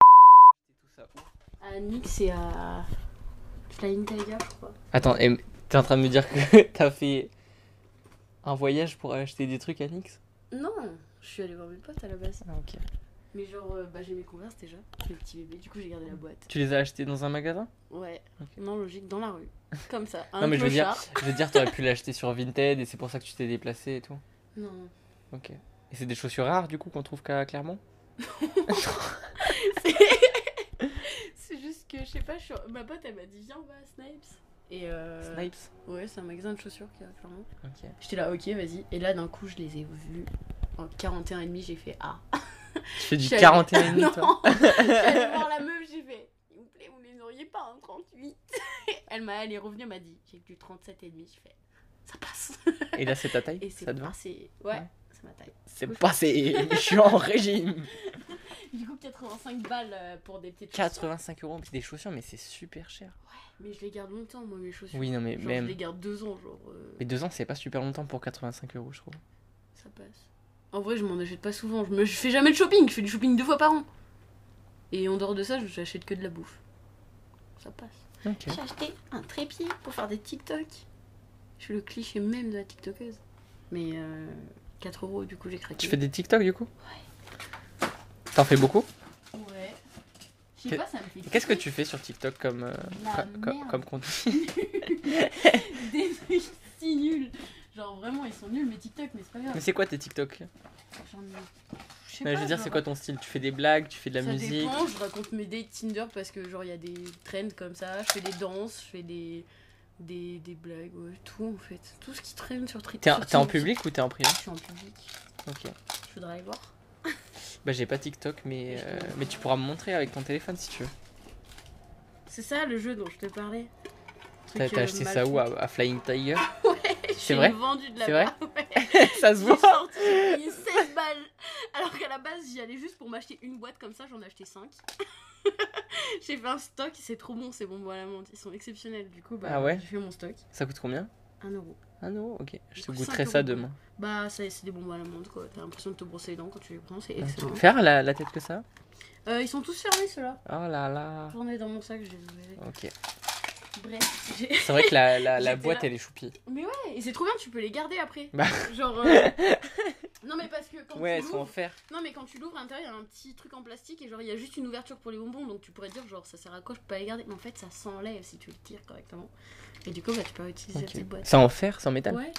hein. à Nick, c'est à Flying Tiger, je crois. Attends, et m- t'es en train de me dire que t'as fait un voyage pour acheter des trucs à Nix Non, je suis allée voir mes potes à la base. ah, ok. Mais genre, euh, bah, j'ai mes converses déjà, mes petits bébés, du coup j'ai gardé la boîte. Tu les as achetés dans un magasin Ouais, Ok. non logique, dans la rue. Comme ça, un Non, mais je veux dire, clochard. je veux dire, t'aurais pu l'acheter sur Vinted et c'est pour ça que tu t'es déplacé et tout. Non, Ok. Et c'est des chaussures rares du coup qu'on trouve qu'à Clermont c'est juste que je sais pas, je suis- ma pote elle m'a dit viens on va à Snipes. Et euh... Snipes Ouais, c'est un magasin de chaussures qui a clairement. Ok. J'étais là, ok, vas-y. Et là, d'un coup, je les ai vus. En 41,5, j'ai fait Ah. Tu fais du Je suis allée- 41 Non minutes toi J'allais voir la meuf, j'ai fait S'il vous plaît, vous les auriez pas, un 38. elle m'a elle est revenue, elle m'a dit J'ai que du 37,5. J'ai fait Ça passe. Et là, c'est ta taille Et c'est Ça te va passé. Ouais. Ouais, c'est ma taille. C'est passé Je suis en régime Du coup, 85 balles euh, pour des petites chaussures. 85 euros des chaussures, mais c'est super cher. Mais je les garde longtemps, moi, mes chaussures. Oui, non, mais Genre, même. Je les garde deux ans, genre. euh, Mais deux ans, c'est pas super longtemps pour 85 euros, je trouve. Ça passe. En vrai, je m'en achète pas souvent. Je, me... je fais jamais de shopping. Je fais du shopping deux fois par an. Et en dehors de ça, je- j'achète que de la bouffe. Ça passe. Ok. J'ai acheté un trépied pour faire des TikTok. Je suis le cliché même de la TikTokeuse. Mais euh, 4 euros, du coup, j'ai craqué. Tu fais des TikTok du coup T'en fais beaucoup Ouais. Je Qu'est- sais pas, ça me fait. Qu'est-ce que tu fais sur TikTok comme, euh, La co- co- Bah, merde. comme contenu Des trucs si nuls. Genre, vraiment, ils sont nuls, mes TikTok, mais c'est pas Mais grave. c'est quoi tes TikTok J'en ai. Je sais Non, Je pas, veux dire, genre- c'est quoi ton style Tu fais des blagues, tu fais de la ça musique dépend, je raconte mes dates Tinder parce que genre il y a des trends comme ça, je fais des danses, je fais des des, des blagues, ouais, tout en fait, tout ce qui traîne sur Twitter. T'es en, t'es en public ou t'es en privé Je suis en public. Ok. Je voudrais aller voir. Bah j'ai pas TikTok, mais, euh, mais tu pourras me montrer avec ton téléphone si tu veux. C'est ça le jeu dont je te parlais. Truc, T'as t'as euh, acheté mal ça où foutu. à, à Flying Tiger J'ai vrai vendu de la C'est vrai part, ouais. Ça se J'ai voit sorti, j'ai payé 16 balles. Alors qu'à la base, j'y allais juste pour m'acheter une boîte comme ça, j'en ai acheté 5. j'ai fait un stock, c'est trop bon, c'est bon, voilà, ils sont exceptionnels. Du coup, bah, Ah ouais j'ai fait mon stock, Ça coûte combien 1 euro. Ah non, ok. Je te coûte goûterai 5 ça euros. demain. Bah, ça, c'est des bonbons à la menthe, quoi. T'as l'impression de te brosser les dents quand tu les prends, c'est excellent. Ah, Ok. Faire la, la tête que ça Euh, ils sont tous fermés, ceux-là. Oh là là J'en ai dans mon sac, je les ai ouverts. Ok. Bref, j'ai- C'est vrai que la, la, la J'étais boîte là. elle est choupie. Mais ouais, et c'est trop bien, tu peux les garder après. Bah. Genre. euh, non, mais parce que quand Ouais, tu elles sont en l'ouvres. fer. Non, mais quand tu l'ouvres, à l'intérieur, il y a un petit truc en plastique et genre, il y a juste une ouverture pour les bonbons. Donc tu pourrais dire, genre, ça sert à quoi, je peux pas les garder. Mais en fait, ça s'enlève si tu le tires correctement. Et du coup, bah, tu peux utiliser Ok. cette boîte. C'est en fer, c'est en métal. Ouais,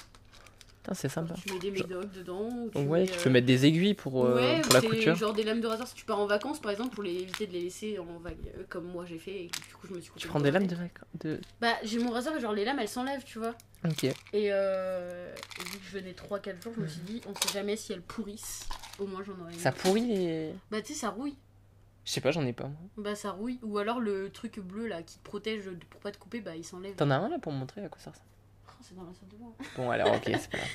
Putain, c'est sympa. tu mets des médocs dedans. ou tu Ouais, mets, tu euh, peux mettre des aiguilles pour, euh, ouais, pour la c'est couture. genre des lames de rasoir si tu pars en vacances par exemple pour les éviter de les laisser en vague euh, comme moi j'ai fait et du coup je me suis coupé Tu le prends des doigt lames avec. direct hein, de... Bah j'ai mon rasoir et genre les lames elles s'enlèvent tu vois. Ok. Et, euh, et vu que je venais 3-4 jours je me suis dit on sait jamais si elles pourrissent. Au moins j'en aurais une. Ça pourrit les. Bah tu sais ça rouille. Je sais pas, j'en ai pas moi. Bah ça rouille. Ou alors le truc bleu là qui te protège de- pour pas te couper bah il s'enlève. T'en as un là pour me montrer à quoi ça ressemble Oh, c'est dans la salle de bain. Bon, alors ok, c'est pas grave.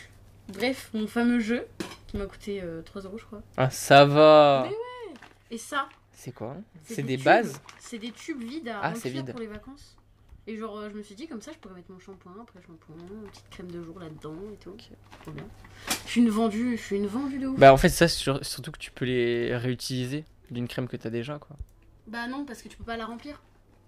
Bref mon fameux jeu qui m'a coûté 3 euros je crois. Ah, ça va Mais Et ça C'est quoi hein C'est C'est des des tubes. bases C'est des tubes vides à Ah, c'est remplir vide. pour les vacances. Et genre, euh, je me suis dit, comme ça, je pourrais mettre mon shampoing, après shampoing, une petite crème de jour là-dedans et tout. Trop bien. Je suis une vendue, je suis une vendue de ouf. Bah, Bah, en fait, ça, sur- surtout que tu peux les réutiliser d'une crème que t'as déjà, quoi. Bah, non, parce que tu peux pas la remplir.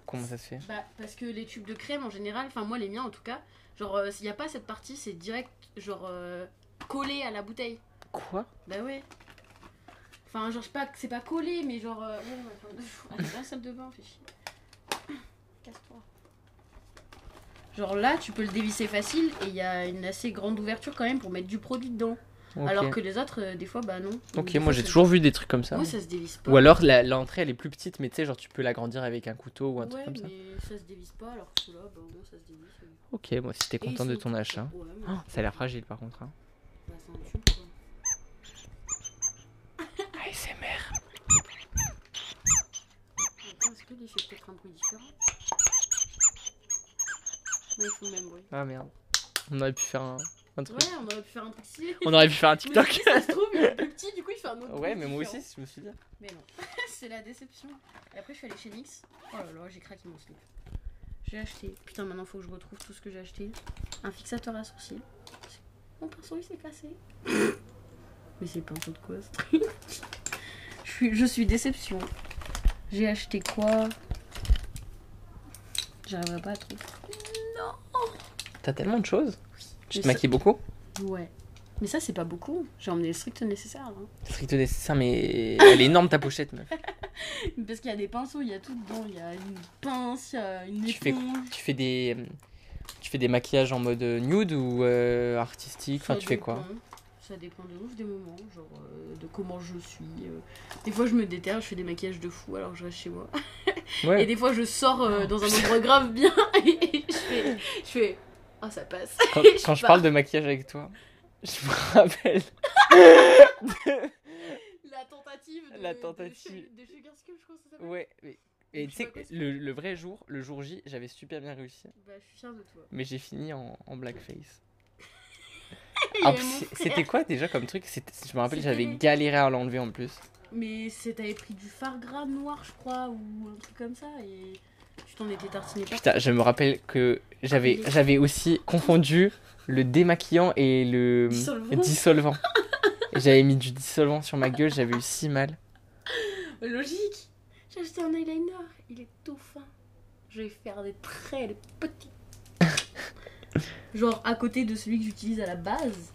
Comment ça se fait Bah, parce que les tubes de crème, en général, enfin moi, les miens en tout cas, genre, euh, s'il n'y a pas cette partie, c'est direct, genre, euh, collé à la bouteille. Quoi Bah ouais. Enfin, genre, je sais pas, c'est pas collé, mais genre... euh, ouais, ouais, enfin, elle est dans la salle de bain, fais chier. Casse-toi. Genre là, tu peux le dévisser facile et il y a une assez grande ouverture quand même pour mettre du produit dedans. Ok, Alors que les autres, euh, des fois, bah non. Ok, Des moi fois, j'ai ça- toujours vu des trucs comme ça. Moi, ça se dévisse pas. Ou alors la- l'entrée elle est plus petite, mais tu sais, genre tu peux l'agrandir avec un couteau ou un ouais, truc comme ça. mais ça se dévisse pas, alors que là, bah au moins, ça se dévisse. euh. Ok, moi si t'es Et ils content de sont ton tout- achat. Ouais, mais- Oh, ça a l'air fragile par contre. Hein. Bah, c'est un tube, quoi. Ah, ASMR. Attends, est-ce que lui fait peut-être un bruit différent Non, ils font le même bruit. Ah merde. On aurait pu faire un, un truc. Ouais, on aurait pu faire un truc stylé. On aurait pu faire un Je me TikTok. suis dit, ça se trouve, il est plus petit, du coup, il fait un autre. ouais, bruit mais moi aussi, différent. je me suis dit. Mais non, c'est la déception. Et après, je suis allée chez NYX. Oh là là, j'ai craqué mon slip. J'ai acheté. Putain, maintenant, faut que je retrouve tout ce que j'ai acheté. Un fixateur à sourcils. Mon pinceau, il s'est cassé. mais c'est le pinceau de quoi, ce truc je suis, je suis déception. J'ai acheté quoi J'arriverai pas à trouver. T'as tellement de choses. Tu Mais te ça- maquilles beaucoup Ouais. Mais ça, c'est pas beaucoup. J'ai emmené le strict nécessaire. hein. là. Strict nécessaire, mais elle est énorme ta pochette, meuf. Parce qu'il y a des pinceaux, il y a tout dedans. Il y a une pince, il y a une Tu fais quoi éponge. Tu fais des. Tu fais des maquillages en mode nude ou euh, artistique Enfin, Ça tu fais quoi dépend. Ça dépend de ouf des moments, genre euh, de comment je suis. euh. Des fois, je me déterre, je fais des maquillages de fou alors que je reste chez moi. Et Ouais, des fois, je sors euh, dans un endroit grave bien et je fais. Je fais. Oh, ça passe. quand, je quand je pars. parle de maquillage avec toi, je me rappelle. La tentative. De, La de- tentative. De, Sugar Skull, je crois que ça s'appelle. Ouais, mais. Et tu Je sais sais, pas que quoi c'est. le, le vrai jour, le jour J, j'avais super bien réussi, Bah, je suis fière de toi. mais j'ai fini en, en blackface. Il y Ah, avait mon c'est- frère. C'était quoi déjà comme truc C'était- Je me rappelle, C'était j'avais les- galéré à l'enlever en plus. Mais c'est- t'avais pris du fard gras noir, je crois, ou un truc comme ça, et tu t'en étais tartiné partout. Putain, je me rappelle que j'avais Il est- j'avais aussi confondu le démaquillant et le Dissolvant. dissolvant. Et j'avais mis du dissolvant sur ma gueule, j'avais eu si mal. Euh, Logique J'ai acheté un eyeliner, il est tout fin. Je vais faire des traits, des petits. Genre à côté de celui que j'utilise à la base.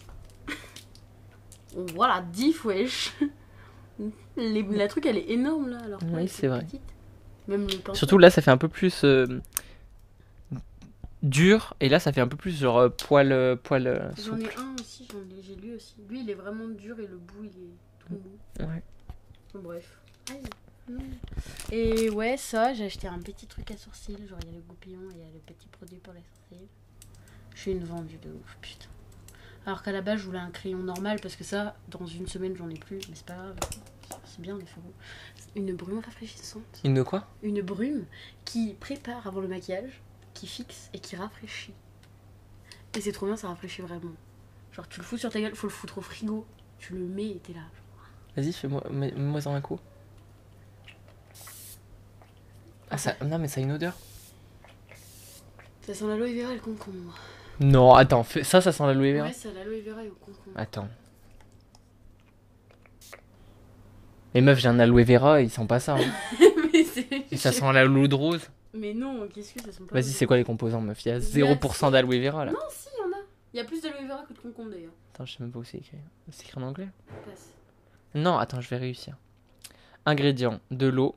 voilà, 10 wesh Les- La truc elle est énorme là, alors que Oui, là, elle c'est est vrai. petite. Même le pinceau. Surtout là, ça fait un peu plus euh, dur et là, ça fait un peu plus genre euh, poil euh, poil euh, J'en souple. ai un aussi, j'en ai- j'ai lu aussi. Lui il est vraiment dur et le bout il est tout mou. Ouais. Bon, Bref. Aïe. Non. Et ouais, ça, j'ai acheté un petit truc à sourcils. Genre, il y a le goupillon et il y a le petit produit pour les sourcils. Je suis une vendue de ouf, putain. Alors qu'à la base, je voulais un crayon normal parce que ça, dans une semaine, j'en ai plus. Mais c'est pas grave. C'est bien, les férons. Une brume rafraîchissante. Une quoi Une brume qui prépare avant le maquillage, qui fixe et qui rafraîchit. Et c'est trop bien, ça rafraîchit vraiment. Genre, tu le fous sur ta gueule, faut le foutre au frigo. Tu le mets et t'es là. Vas-y, fais-moi mets- mets-moi en un coup. Ah ça non mais ça a une odeur. Ça sent l'aloe vera et le concombre. Non, attends, fais- ça ça sent l'aloe vera. Ouais, c'est à l'aloe vera et au concombre. Attends. Mais meuf, j'ai un aloe vera, il sent pas ça. hein. mais, c'est- Et ça sent l'aloe de rose. mais non, qu'est-ce que ça sent pas Vas-y, c'est quoi les composants, meuf Il y a Il y a- 0% d'aloe vera là. Non, si, il y en a. Il y a plus d'aloe vera que de concombre d'ailleurs. Attends, je sais même pas où c'est écrit. C'est écrit en anglais Passe. Non, attends, je vais réussir. Ingrédients de l'eau,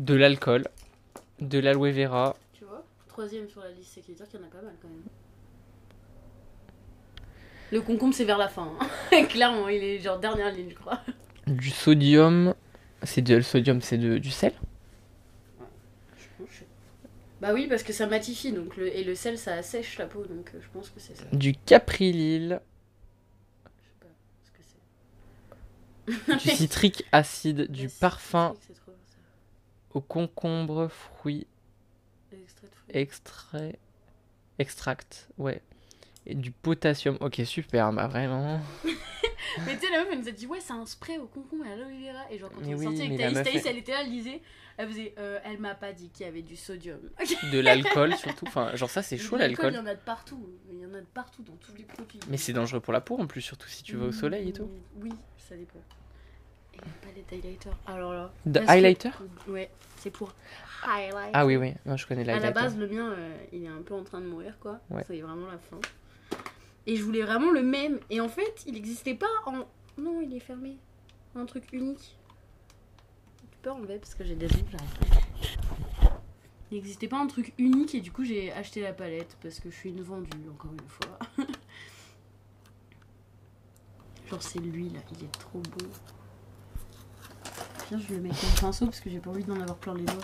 de l'alcool, de l'aloe vera. Tu vois Troisième sur la liste, c'est qu'il veut dire qu'il y en a pas mal quand même. Le concombre, c'est vers la fin. hein. Clairement, il est genre dernière ligne, je crois. Du sodium. C'est de, le sodium, c'est de- du sel Je pense, je- Bah oui, parce que ça matifie donc le... et le sel, ça assèche la peau, donc euh, je pense que c'est ça. Du caprilil, Je sais pas ce que c'est. du citrique acide, Mais du c'est- parfum c'est trop bien, ça. au concombre, fruits Extrait de fruits. extrait, extract, ouais. Et du potassium. Ok, super, bah vraiment. Mais tu sais, la meuf, elle nous a dit, ouais, c'est un spray au concombre et à l'aloe vera. Et genre, quand Mais on est oui, sorti mais avec la Thaïs, meuf, Thaïs, elle- elle était là, elle lisait, elle faisait, euh, elle m'a pas dit qu'il y avait du sodium. De l'alcool surtout. Enfin, genre ça, c'est chaud Il y l'alcool. en a de partout, il y en a de partout dans tous les produits. Mais c'est dangereux pour la peau en plus, surtout si tu vas au soleil et tout. Mm, Oui, ça dépend. Et la palette highlighter. Alors là. De parce que- highlighter Ouais, c'est pour highlight. Ah oui, oui, non, je connais À l'highlighter. la base, le mien, euh, il est un peu en train de mourir, quoi. hein. Ouais. C'est vraiment la fin. Et je voulais vraiment le même. Et en fait, il n'existait pas en. Non, il est fermé. Un truc unique. Tu peux enlever parce que j'ai des ongles, j'arrive pas. Il n'existait pas un truc unique et du coup, j'ai acheté la palette parce que je suis une vendue, encore une fois. Genre, c'est lui là, il est trop beau. Viens, je vais le mets comme pinceau parce que j'ai pas envie d'en avoir plein les doigts.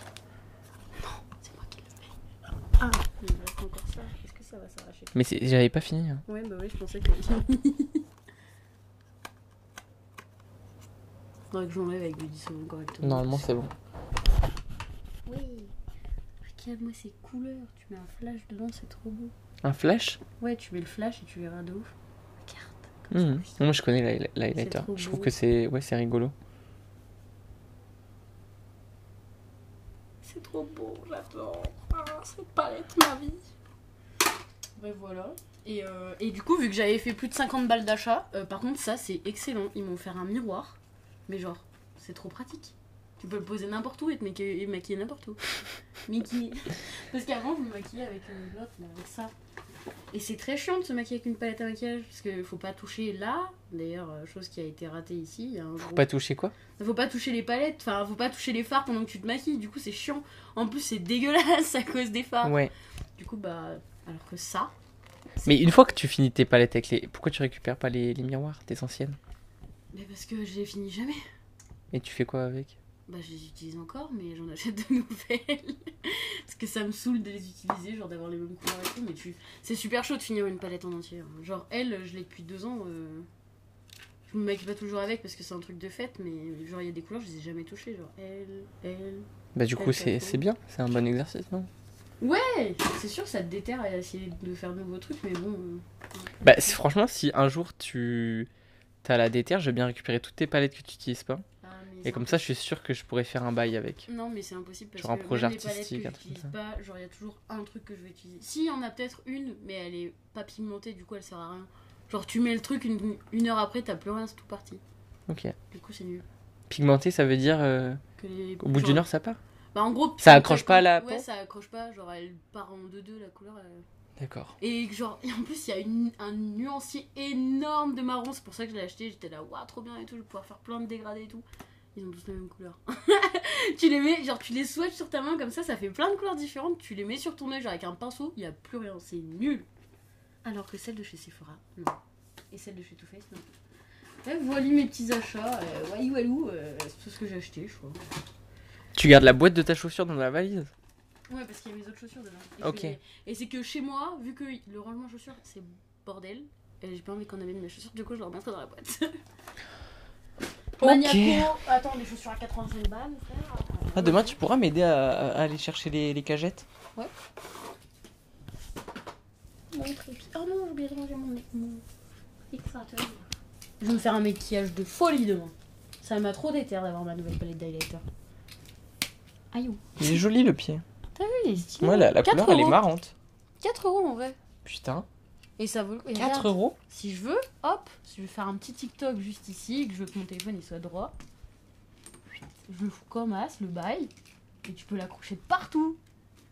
C'est moi qui le fais. Ah, il me reste encore ça. Est-ce que ça va s'arracher Mais c'est- j'avais pas fini. hein. Ouais, bah ouais, je pensais que Faudrait que j'enlève avec du dissolvant correctement. Normalement, c'est bon. Oui. Ah, Regarde-moi ces couleurs. Tu mets un flash dedans, c'est trop beau. Un flash Ouais, tu mets le flash et tu verras de ouf. Regarde. comme Mhm. ça. Moi, je connais l'high- l'highlighter. trop Je beau. trouve que c'est ouais, c'est rigolo. C'est trop beau, j'adore. Ah, cette palette, ma vie. Ouais, Ben voilà. Et, euh, et du coup, vu que j'avais fait plus de 50 balles d'achat, euh, par contre, ça, c'est excellent. Ils m'ont offert un miroir. Mais genre, c'est trop pratique. Tu Tu peux le poser n'importe où et te maquiller, et maquiller n'importe où. Mickey. Parce qu'avant, je me maquillais avec euh, l'autre, là, avec ça. Et c'est très chiant de se maquiller avec une palette à maquillage, parce qu'il faut pas toucher là. D'ailleurs, euh, chose qui a été ratée ici. il y a un Faut gros- pas toucher quoi Faut pas toucher les palettes, enfin, faut pas toucher les fards pendant que tu te maquilles. Du coup, c'est chiant. En plus, c'est dégueulasse à cause des fards. Ouais. Du coup, bah, alors que ça, Mais une fois que tu finis tes palettes avec les. Pourquoi tu récupères pas les, les miroirs, tes anciennes mais parce que je les finis jamais. Et tu fais quoi avec Bah, je les utilise encore, mais j'en achète de nouvelles. Parce que ça me saoule de les utiliser, genre d'avoir les mêmes couleurs et tout. Mais tu... c'est super chaud de finir une palette en entier. hein. Genre, elle, je l'ai depuis deux ans. euh, Je me maquille pas toujours avec parce que c'est un truc de fête, mais genre, il y a des couleurs, je les ai jamais touchées. Genre, elle, elle. Bah, du Elle coup, fait c'est tout. c'est bien, c'est un bon exercice, non Ouais, c'est sûr, ça te déterre à essayer de faire de nouveaux trucs, mais bon. euh, Bah, c'est- franchement, si un jour tu. T'as la déterre, je vais bien récupérer toutes tes palettes que tu utilises pas. ah, mais Et c'est comme ça, je suis sûr que je pourrais faire un bail avec. Non, mais c'est impossible parce Genre un que projet même les palettes artistique, que un truc comme j'utilise pas, genre il y a toujours un truc que je vais utiliser. Si, il y en a peut-être une, mais elle est pas pigmentée, du coup elle sert à rien. Genre tu mets le truc une, une heure après, t'as plus rien, c'est tout parti. Ok. Du coup c'est nul. Pigmenté, ça veut dire. euh, Que les- Au bout genre- d'une heure, ça part Bah en gros. Ça pigmenté- accroche pas à la Ouais, peau ça accroche pas, genre elle part en deux-deux la couleur. elle- D'accord. Et genre, et en plus, il y a une- un nuancier énorme de marron, c'est pour ça que je l'ai acheté. J'étais là, waouh, trop bien et tout, je vais pouvoir faire plein de dégradés et tout. Ils ont tous la même couleur. tu les mets, genre, tu les swatches sur ta main comme ça, ça fait plein de couleurs différentes. Tu les mets sur ton œil, genre, avec un pinceau, il n'y a plus rien, c'est nul. Alors que celle de chez Sephora, non. Et celle de chez Too Faced, non. Ouais, voilà mes petits achats, euh, waï walou, euh, c'est tout ce que j'ai acheté, je crois. Tu gardes la boîte de ta chaussure dans la valise Ouais, parce qu'il y a mes autres chaussures dedans. Et Ok. c'est- Et c'est que chez moi, vu que le rangement chaussures, c'est bordel, et j'ai pas envie qu'on amène mes chaussures, du coup, je les remettrai dans la boîte. Maniaco, attends, les chaussures à 85 balles, frère. Ah, demain, tu pourras m'aider à, à aller chercher les, les cagettes Mon trépied. Oh non, j'ai oublié de ranger mon, mon fixateur. Je vais me faire un maquillage de folie demain. Ça m'a trop déterre d'avoir ma nouvelle palette d'highlighter. Aïe, ouh. Il est joli le pied. t'as vu, il est stylé. Moi, la, la Quatre couleur, elle est euros. marrante. 4 euros en vrai. Putain. Et ça vaut le coup. Et 4 regarde, euros Si je veux, hop, si je veux faire un petit TikTok juste ici, que je veux que mon téléphone il soit droit, je le fous comme as, le bail, et tu peux l'accrocher de partout.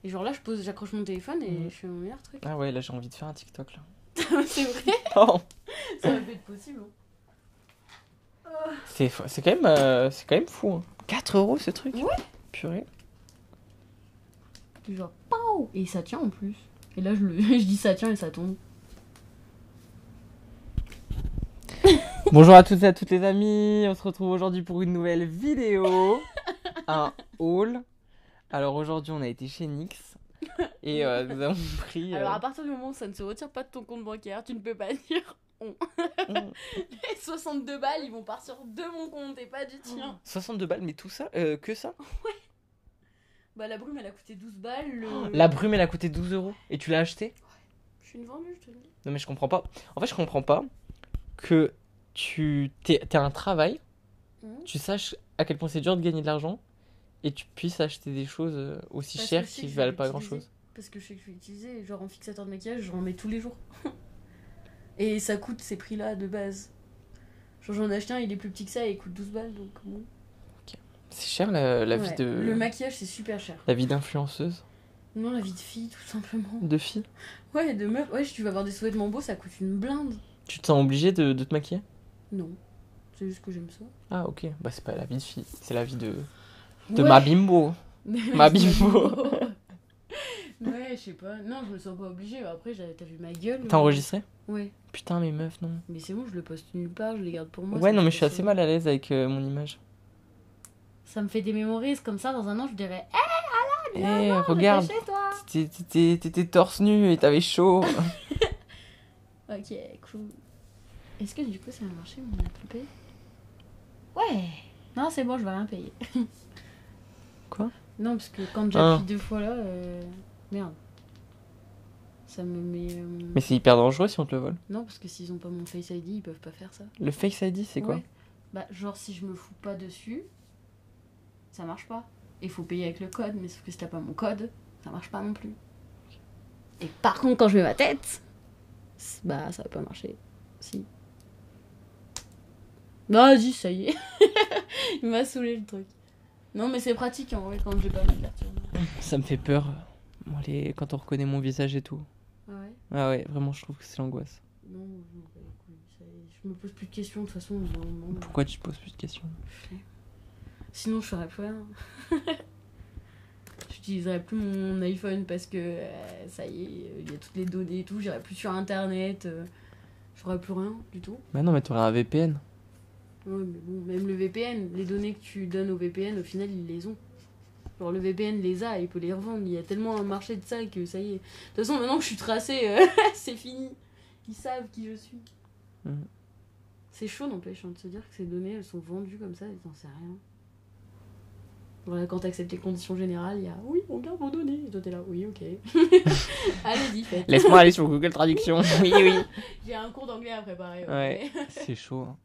Et genre là, je pose, j'accroche mon téléphone et Mhm. je fais mon meilleur truc. Ah ouais, là, j'ai envie de faire un TikTok, là. c'est vrai, Oh. ça va pas être possible. hein. C'est fou- c'est quand, même, euh, c'est quand même fou. hein. 4 euros, ce truc Ouais. Purée. Genre, pow Et ça tient en plus. Et là, je, le, je dis ça tient et ça tombe. Bonjour à toutes et à toutes les amis, on se retrouve aujourd'hui pour une nouvelle vidéo, un haul. Alors aujourd'hui on a été chez Nix et euh, nous avons pris... euh, Alors, à partir du moment où ça ne se retire pas de ton compte bancaire, tu ne peux pas dire on. on- Les 62 balles, ils vont partir de mon compte et pas du tien. 62 balles, mais tout ça, euh, que ça Bah, la brume, elle a coûté 12 balles. le- La brume elle a coûté 12 euros et tu l'as acheté Je suis une vendue, je te le dis. Non mais je comprends pas. En fait je comprends pas que tu t'es t'as un travail, Mhm. tu saches à quel point c'est dur de gagner de l'argent et tu puisses acheter des choses euh, aussi Parce que chères je sais qui que je valent vais pas grand l'utiliser. chose. Parce que je sais que je vais utiliser, genre en fixateur de maquillage, j'en mets tous les jours. et ça coûte ces prix-là de base. Genre j'en ai acheté un, il est plus petit que ça et il coûte 12 balles donc bon. C'est cher la, la vie Ouais. de... Le maquillage c'est super cher. La vie d'influenceuse Non, la vie de fille tout simplement. De fille Ouais, de meuf, ouais, si tu vas avoir des sous-vêtements beaux, ça coûte une blinde. Tu te sens obligée de, de te maquiller Non, c'est juste que j'aime ça. Ah ok, bah c'est pas la vie de fille, c'est la vie de, de Ouais. ma bimbo. Ma bimbo. ouais, je sais pas. Non, je me sens pas obligée. Après, j'avais- t'as vu ma gueule. T'as enregistré Ouais, Putain mais meuf non. mais c'est bon, je le poste nulle part, je les garde pour moi. ouais ça non me mais je suis fait assez mal à l'aise avec euh, mon image. Ça me fait des mémorises comme ça, dans un an, je dirais Eh Ah, non, regarde, Chez toi t'étais- t'étais t'étais torse nu et t'avais chaud. Ok, cool. Est-ce que du coup ça a marché mais on a plus payé Ouais Non, c'est bon, je vais rien payer. Quoi Non, parce que quand Ah. j'appuie deux fois là, euh, merde. Ça me met. euh, mais c'est hyper dangereux si on te le vole. Non, parce que s'ils ont pas mon Face ID, ils peuvent pas faire ça. Le Face ID c'est quoi Ouais. Bah, genre si je me fous pas dessus, ça marche pas. Et faut payer avec le code, mais sauf que si t'as pas mon code, ça marche pas non plus. Et par contre, quand je mets ma tête, c- bah ça va pas marcher. Si. Bah, Vas-y, ça y est. Il m'a saoulé le truc. Non, mais c'est pratique en vrai quand j'ai pas mis de l'arture. Ça me fait peur, moi, les- quand on reconnaît mon visage et tout. Ah ouais Ah ouais, vraiment, je trouve que c'est l'angoisse. Non, je m'en bats les couilles, ça y est. Je me pose plus de questions de toute façon. au bout d'un moment. Pourquoi tu te poses plus de questions Sinon, je ferais plus rien. J'utiliserais plus mon iPhone parce que euh, ça y est, euh, il y a toutes les données et tout. J'irai plus sur internet. euh, je ferais plus rien du tout. Bah non, mais t'aurais un VPN. Ouais, mais bon, même le VPN, les données que tu donnes au VPN, au final, ils les ont. Genre, le VPN les a, il peut les revendre. Il y a tellement un marché de ça que ça y est. De toute façon, maintenant que je suis tracé, euh, c'est fini. Ils savent qui je suis. Mhm. C'est chaud, n'empêche, hein, de se dire que ces données, elles sont vendues comme ça, et t'en sais rien. Voilà, quand t'acceptes les conditions générales, il y a oui, on garde vos données. Et toi, t'es là, oui, ok. Allez-y, faites. Laisse-moi aller sur Google Traduction. Oui, oui. J'ai un cours d'anglais à préparer. ok. Ouais. C'est chaud. hein.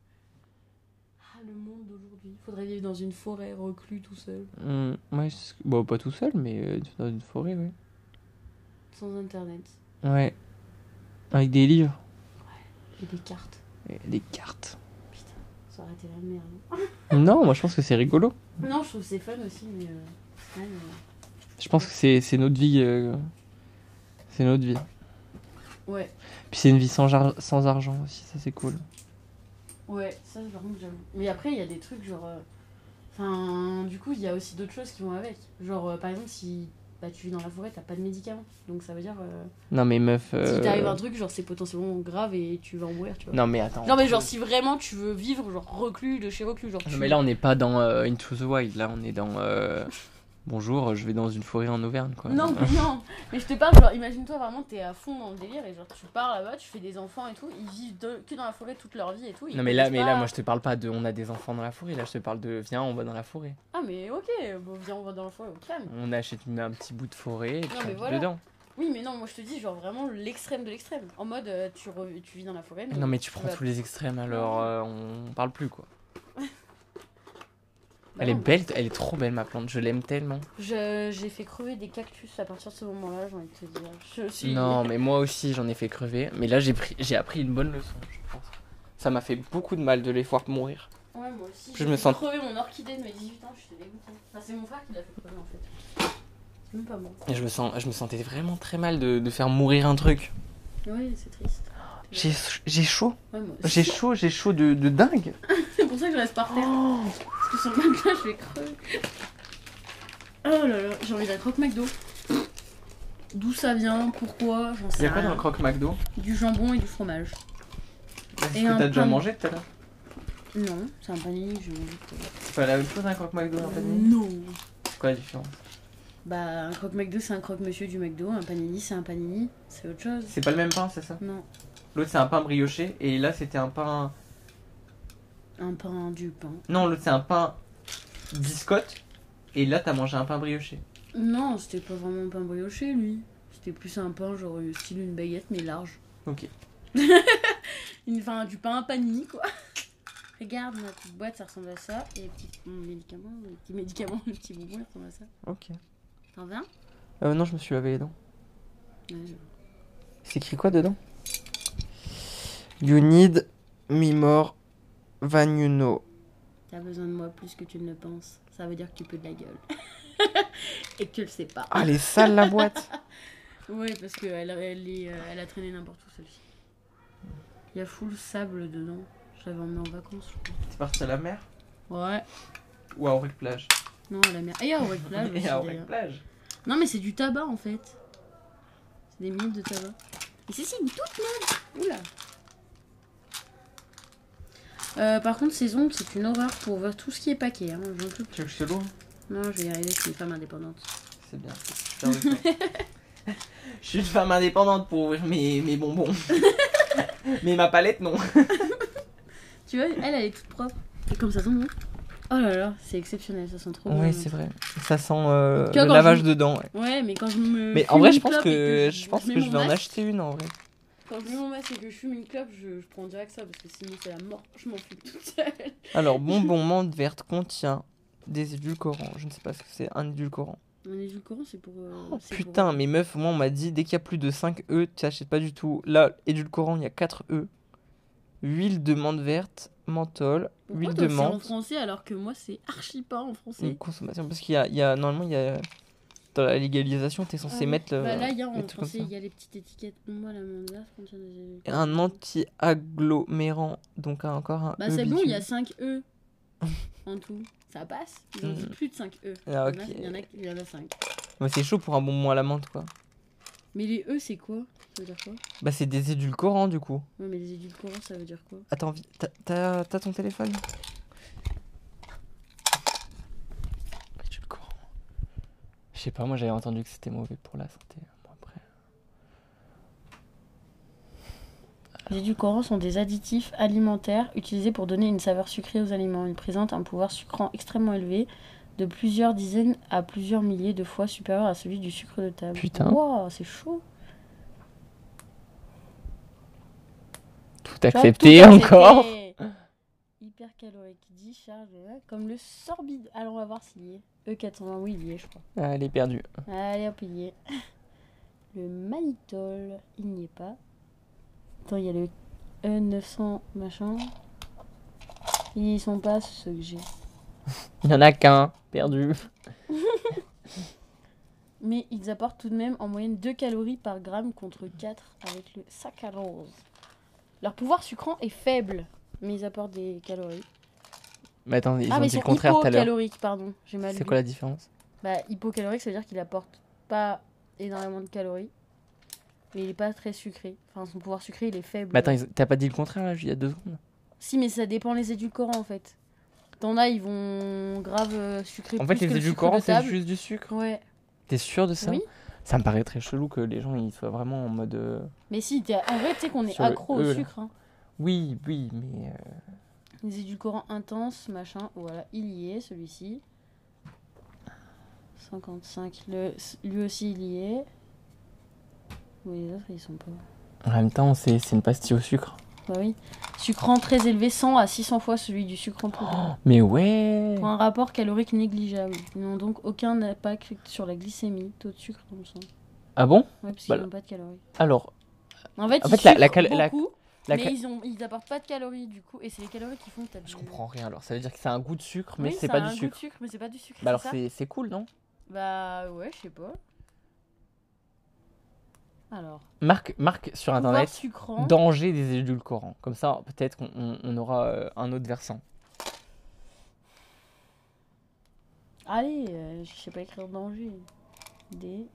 Ah, le monde d'aujourd'hui. Faudrait vivre dans une forêt reclus tout seul. Hum, ouais, c'est- bon, pas tout seul, mais euh, dans une forêt, ouais. Sans internet. Ouais. Avec des livres Et des cartes. et des cartes. Putain, ça aurait été la merde. Non, moi je pense que c'est rigolo. Non, je trouve que c'est fun aussi, mais. euh, c'est vrai, mais- Je pense que c'est c'est notre vie. euh, C'est notre vie. Ouais, Puis c'est une vie sans, jar- sans argent aussi, ça c'est cool. ouais, ça par contre j'avoue. Mais après, il y a des trucs genre. euh, Enfin, du coup, il y a aussi d'autres choses qui vont avec. Genre, euh, par exemple, si bah, tu vis dans la forêt, t'as pas de médicaments. Donc ça veut dire. euh, Non mais meuf. euh, Si t'arrive un truc, genre c'est potentiellement grave et tu vas en mourir, tu vois. Non mais attends. Non, mais genre si vraiment tu veux vivre, genre reclus de chez reclus, genre. Non, tu- Ah, mais là on n'est pas dans euh, Into the Wild, là on est dans. euh, Bonjour, je vais dans une forêt en Auvergne quoi. Non, mais non Mais je te parle, genre, imagine-toi vraiment, t'es à fond dans le délire et genre, tu pars là-bas, tu fais des enfants et tout, ils vivent de- que dans la forêt toute leur vie et tout. ils Non mais là, connaissent mais là pas- moi je te parle pas de on a des enfants dans la forêt, là je te parle de viens on va dans la forêt. Ah, mais ok, bon, viens, on va dans la forêt au calme. On achète une- un petit bout de forêt et puis mais on vit voilà. dedans. Oui, mais non, moi je te dis, genre, vraiment l'extrême de l'extrême. En mode, euh, tu, re- tu vis dans la forêt, mais. Non mais tu prends vas- tous les extrêmes alors euh, on parle plus quoi. Bah Elle est non. belle, elle est trop belle ma plante, je l'aime tellement. Je- J'ai fait crever des cactus à partir de ce moment-là, j'ai envie de te dire. Je suis. Non, mais moi aussi j'en ai fait crever. Mais là j'ai pris, j'ai appris une bonne leçon, je pense. Ça m'a fait beaucoup de mal de les voir mourir. Ouais, moi aussi. Je j'ai me fait sens- crever mon orchidée de mes 18 ans, je suis dégoûtée. Enfin, c'est mon frère qui l'a fait crever en fait. C'est même pas moi. Et je me sens, je me sentais vraiment très mal de, de faire mourir un truc. Oui, c'est triste. J'ai, j'ai chaud, Ouais, moi aussi. j'ai chaud, j'ai chaud de, de dingue. C'est pour ça que je reste par terre. Oh, Parce que sur le matelas, je vais crever. Oh là là, j'ai envie d'un croque McDo. D'où ça vient, pourquoi, j'en y sais a quoi dans le rien. croque McDo Du jambon et du fromage. Est-ce Et que un t'as déjà pain. mangé tout à l'heure Non, c'est un panini que j'ai mangé tout à l'heure. C'est pas la même chose un croque McDo un panini Non C'est quoi la différence Bah, un croque McDo, c'est un croque monsieur du McDo. Un panini, c'est un panini. C'est autre chose. C'est pas le même pain, c'est ça Non, L'autre c'est un pain brioché et là c'était un pain. un pain, du pain. Non, l'autre c'est un pain biscotte et là t'as mangé un pain brioché. Non, c'était pas vraiment un pain brioché, lui. C'était plus un pain, genre, euh, style une baguette, mais large. Ok. Une- Enfin, du pain à panini, quoi. Regarde, ma petite boîte, ça ressemble à ça. Et les petits mon médicament, les petits médicaments, les petits bonbons, ils ressemblent à ça. Ok. T'en veux un Euh, non, je me suis lavé les dents. Ouais, je- C'est écrit quoi dedans You need me more than you know. T'as besoin de moi plus que tu ne le penses. Ça veut dire que tu peux de la gueule. Et que tu le sais pas. Ah, elle est sale la boîte Ouais, parce qu'elle elle est, euh, elle a traîné n'importe où, celle-ci. Il y a full sable dedans. J'avais emmené en vacances, je T'es parti à la mer crois. Ouais. ou à Auric Plage Non, à la mer. Eh, ah Et à Orwell Plage aussi, Et à Auric d'ailleurs. Plage euh, Non, mais c'est du tabac en fait. C'est des miettes de tabac. Et ceci, une toute neuve. Oula. Euh, par contre, ces ongles, c'est une horreur pour ouvrir tout ce qui est paquet. Hein. J'en peux plus. Tu veux que je te l'ouvre Non, je vais y arriver, je suis une femme indépendante. C'est bien. Tiens, ouvre-toi. Je suis une femme indépendante pour ouvrir mes, mes bonbons. Mais ma palette, non. Tu vois, elle, elle est toute propre. Et comme ça sent bon. Oh là là, c'est exceptionnel, ça sent trop bon. Oui, c'est vrai. Ça sent euh, Tu vois, le le quand lavage lavage je- de dents. Ouais, mais quand je me. Mais en fume vrai, une je pense clope et que je pense mets que je mon vais en masque- acheter une en vrai. Quand je mets mon masque et que je fume une clope, je, je prends direct ça parce que sinon c'est la mort. Je m'en fume toute seule. Alors, bonbon menthe verte contient des édulcorants. Je ne sais pas ce que c'est un édulcorant. Un édulcorant, c'est pour. euh, Oh, c'est pour- putain, mais meuf, moi on m'a dit dès qu'il y a plus de 5 E, tu achètes pas du tout. Là, édulcorant, il y a 4 E. Huile de menthe verte, menthol, Pourquoi huile toi, de c'est en menthe, français alors que moi c'est archi pas en français une consommation. Parce qu'il y a, il y a- normalement, il y a, dans la légalisation, t'es Ah censé oui. mettre le- Bah là, il y a en mettre tout comme français, ça. Euh, il y a les petites étiquettes. Moi, la Monza, ça contient des- un anti-agglomérant, donc un- encore un. Bah, c'est bon, E il y a 5 E en tout. Ça passe. Ils ont dit Mm. plus de 5 E. Ah, ok. Il y en a- il y en a 5. Ouais, c'est chaud pour un bonbon à la menthe, quoi. Mais les E, c'est quoi Ça veut dire quoi Bah, c'est des édulcorants, du coup. Non, mais les édulcorants, ça veut dire quoi Attends, vi- t'as- t'as t'as ton téléphone Édulcorant. Je sais pas, moi j'avais entendu que c'était mauvais pour la santé. Bon, après. Les édulcorants sont des additifs alimentaires utilisés pour donner une saveur sucrée aux aliments. Ils présentent un pouvoir sucrant extrêmement élevé, de plusieurs dizaines à plusieurs milliers de fois supérieur à celui du sucre de table. Putain. Wow, c'est chaud. Tout Tu vois, accepté tout encore accepté. Hyper calorique, dit charge, euh, comme le sorbide. Alors on va voir s'il y est. E E420, oui, il y est, je crois. Ah, Elle est perdue. Allez, hop, il y est. Le mannitol, il n'y est pas. Attends, il y a le E900 machin. Ils y sont pas ceux que j'ai. Il y en a qu'un, perdu. Mais ils apportent tout de même en moyenne 2 calories par gramme contre 4 avec le saccharose. Leur pouvoir sucrant est faible, mais ils apportent des calories. Mais attendez, ils ah, ont mais ils dit sont le contraire tout à l'heure. hypocaloriques, pardon. J'ai mal C'est lu. quoi la différence Bah, hypocalorique, ça veut dire qu'il apporte pas énormément de calories. Mais il est pas très sucré. Enfin, son pouvoir sucré, il est faible. Mais Bah, attends, ils- t'as pas dit le contraire là, il y a deux secondes Si, mais ça dépend les édulcorants en fait. T'en as, ils vont grave euh, sucrer En plus fait, les que le sucre édulcorants, de c'est table. juste du sucre. Ouais, T'es sûr de ça oui. Ça me paraît très chelou que les gens ils soient vraiment en mode. euh, Mais si, t'es- en vrai, tu sais qu'on est Sur le accro E, au là. sucre. hein. Oui, oui, mais. euh, Les édulcorants intenses, machin. Voilà, il y est, celui-ci. 55. Le, lui aussi, il y est. Oui, les autres, ils sont pas. euh, En même temps, c'est c'est une pastille au sucre. Bah oui. Sucrant très élevé, 100 à 600 fois celui du sucrant plus bas. Oh, Mais ouais Pour un rapport calorique négligeable. Ils n'ont donc aucun impact sur la glycémie, taux de sucre dans le sang. Ah bon Ouais, parce qu'ils Bah, n'ont pas de calories. Alors, En fait, En ils fait, la- la sucrent cal- la- beaucoup, la mais ca- ils ont, ils apportent pas de calories du coup, et c'est les calories qui font que t'as. je du- comprends rien. Alors, ça veut dire que c'est un goût de sucre, Oui, mais c'est ça pas a un du goût de sucre. sucre, mais c'est pas du sucre. Bah alors, ça c'est c'est cool, non Bah ouais, je sais pas. Alors. Marque, marque sur pouvoir internet sucrant. danger des édulcorants. Comme ça, peut-être qu'on on- on aura euh, un autre versant. Allez, euh, je sais pas écrire danger. Des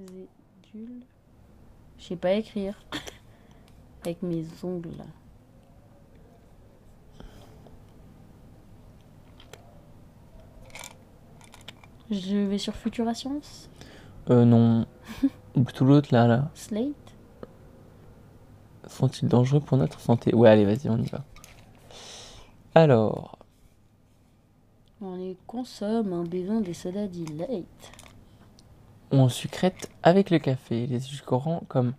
édules. Je sais pas écrire. Avec mes ongles. là. Je vais sur Futura Science, Euh, non. Ou Tout l'autre là, là. Slate. Sont-ils dangereux pour notre santé Ouais, allez, vas-y, on y va. Alors, On les consomme en buvant des sodas delight. on sucrète avec le café les édulcorants comme.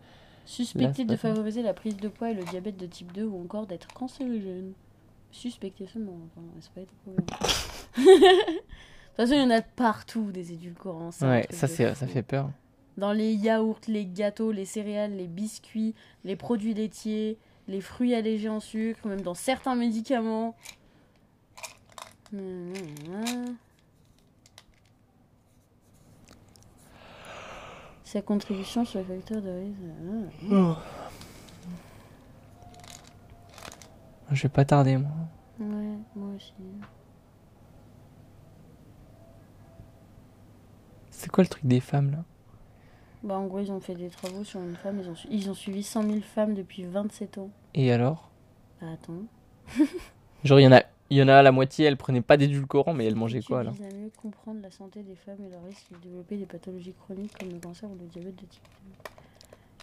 Suspecté Là, de c'est pas- favoriser la prise de poids et le diabète de type 2 ou encore d'être cancérigène. Suspecté seulement, enfin, ça peut être prouvé. De toute façon, il y en a de partout des édulcorants. c'est un Ouais, truc ça, de c'est- ça fou. fait peur. Dans les yaourts, les gâteaux, les céréales, les biscuits, les produits laitiers, les fruits allégés en sucre, même dans certains médicaments. Hum, hum, hum. Sa contribution sur le facteur de risque. hum, Oh. hum. Je vais pas tarder, moi. Ouais, moi aussi. C'est quoi le truc des femmes là Bah, en gros, ils ont fait des travaux sur une femme. Ils ont, su- ils ont suivi 100 000 femmes depuis 27 ans. Et alors Bah, attends. Genre, il y en a, il y en a la moitié, elle prenait pas d'édulcorant, mais elle mangeait L'étude quoi là vise à mieux comprendre la santé des femmes et leur risque de développer des pathologies chroniques comme le cancer ou le diabète de type 2.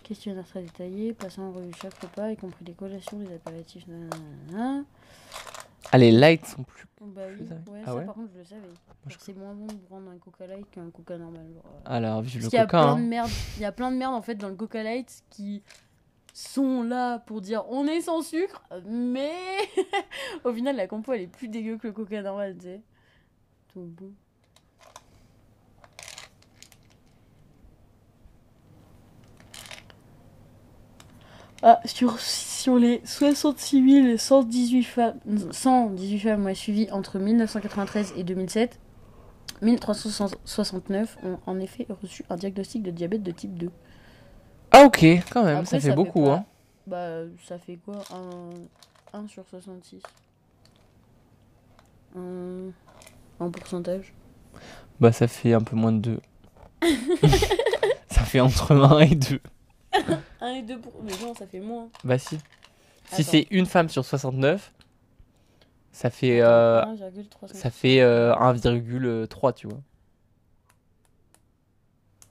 Questionnaire très détaillé, passant en revue chaque repas, y compris les collations, les apéritifs. nanana. Ah, les lights sont plus. Bah oui, savais. ouais, Ah ça ouais par contre, je le savais. Genre, C'est moins bon de prendre un coca light qu'un coca normal. genre, euh, Alors, vive Parce le qu'il y a coca. plein hein. de merde. Il y a plein de merde en fait dans le Coca Light qui sont là pour dire on est sans sucre, mais au final la compo elle est plus dégueu que le Coca normal, tu sais. Donc bon. Ah, sur sur les 66 000 et 118 femmes, 118 femmes ouais, suivies entre 1993 et 2007, 1369 ont en effet reçu un diagnostic de diabète de type 2. Ah ok, quand même, ça Après, fait beaucoup, pas- hein. Bah, ça fait quoi un, 1 sur 66 Un- En pourcentage Bah ça fait un peu moins de 2. ça fait entre 1 et 2. 1 et 2 pour... Mais non, ça fait moins. Bah si. Si Attends. c'est une femme sur 69, ça fait, euh, 1,300. ça fait euh, 1,3, tu vois.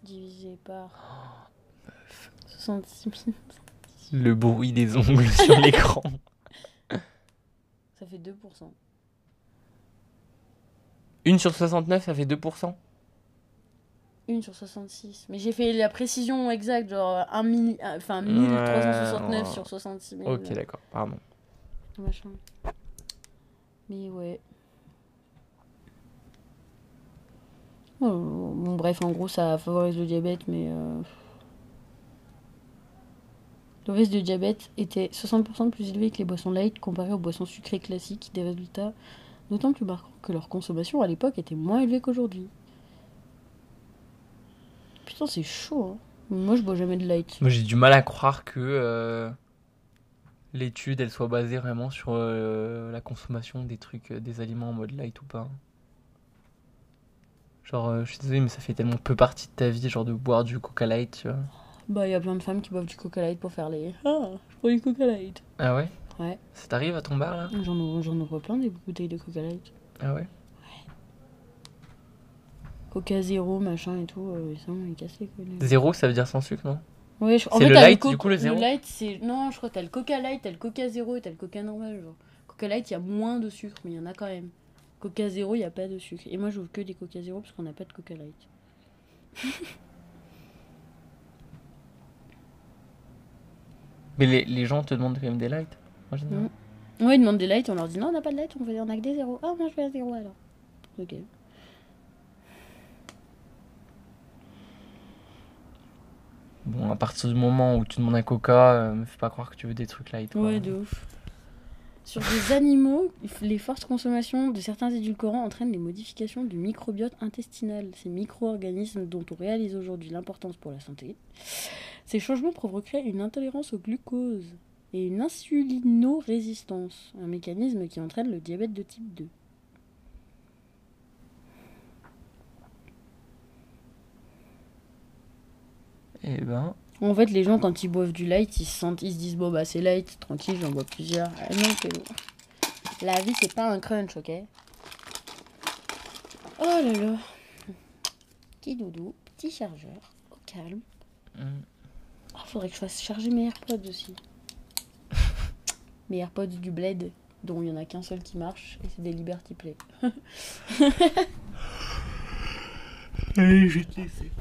Divisé par... 66 000. Le bruit des ongles sur l'écran. Ça fait 2%. Une sur 69, ça fait 2%. 1 sur 66. Mais j'ai fait la précision exacte, genre 1 mini... enfin, Ouais, 1369 ouais. sur 66 000. Ok, d'accord, pardon. machin. Mais ouais. Ouais, Bon, bref, en gros, ça favorise le diabète, mais. euh, Le risque de diabète était 60% plus élevé que les boissons light comparé aux boissons sucrées classiques, des résultats d'autant plus marquants que leur consommation à l'époque était moins élevée qu'aujourd'hui. Putain, c'est chaud, hein. Moi, je bois jamais de light. Moi, j'ai du mal à croire que euh, l'étude, elle soit basée vraiment sur euh, la consommation des trucs, euh, des aliments en mode light ou pas. Genre, euh, je suis désolé, mais ça fait tellement peu partie de ta vie, genre de boire du Coca Light, tu vois. Bah, il y a plein de femmes qui boivent du coca light pour faire les. Ah, je bois du coca light. Ah ouais Ouais. Ça t'arrive à ton bar, là J'en ouvre- j'en ouvre plein des bouteilles de Coca Light. Ah ouais Coca zéro, machin et tout, euh, ça on les casse les couilles. Zéro, ça veut dire sans sucre, non Ouais, je- en C'est fait, le t'as light, Coca- du coup, le zéro light, c'est. Non, je crois que t'as le Coca Light, t'as le Coca zéro et t'as le Coca normal. Genre. Coca Light, il y a moins de sucre, mais il y en a quand même. Coca zéro, il n'y a pas de sucre. Et moi, j'ouvre que des Coca zéro parce qu'on n'a pas de Coca Light. Mais les, les gens te demandent quand même des lights, en général. Mm. Ouais, ils demandent des lights, on leur dit non, on n'a pas de light, on veut on a que des zéros. Ah, moi je veux un zéro alors. Ok. Mm. Bon, à partir du moment où tu demandes un Coca, euh, me fais pas croire que tu veux des trucs light, quoi. Ouais, de ouf. Sur des animaux, les fortes consommations de certains édulcorants entraînent des modifications du microbiote intestinal, ces micro-organismes dont on réalise aujourd'hui l'importance pour la santé. Ces changements provoqueraient une intolérance au glucose et une insulinorésistance, un mécanisme qui entraîne le diabète de type 2. Eh ben, En fait, les gens, quand ils boivent du light, ils se, sentent, ils se disent Bon, bah, c'est light, tranquille, j'en bois plusieurs. Ah non, c'est bon. La vie, c'est pas un crunch, ok Oh là là Petit doudou, petit chargeur, au calme. mm, Ah, faudrait que je fasse charger mes AirPods aussi. mes AirPods du Bled, dont il y en a qu'un seul qui marche, et c'est des Liberty Play. Allez, je vais te laisser.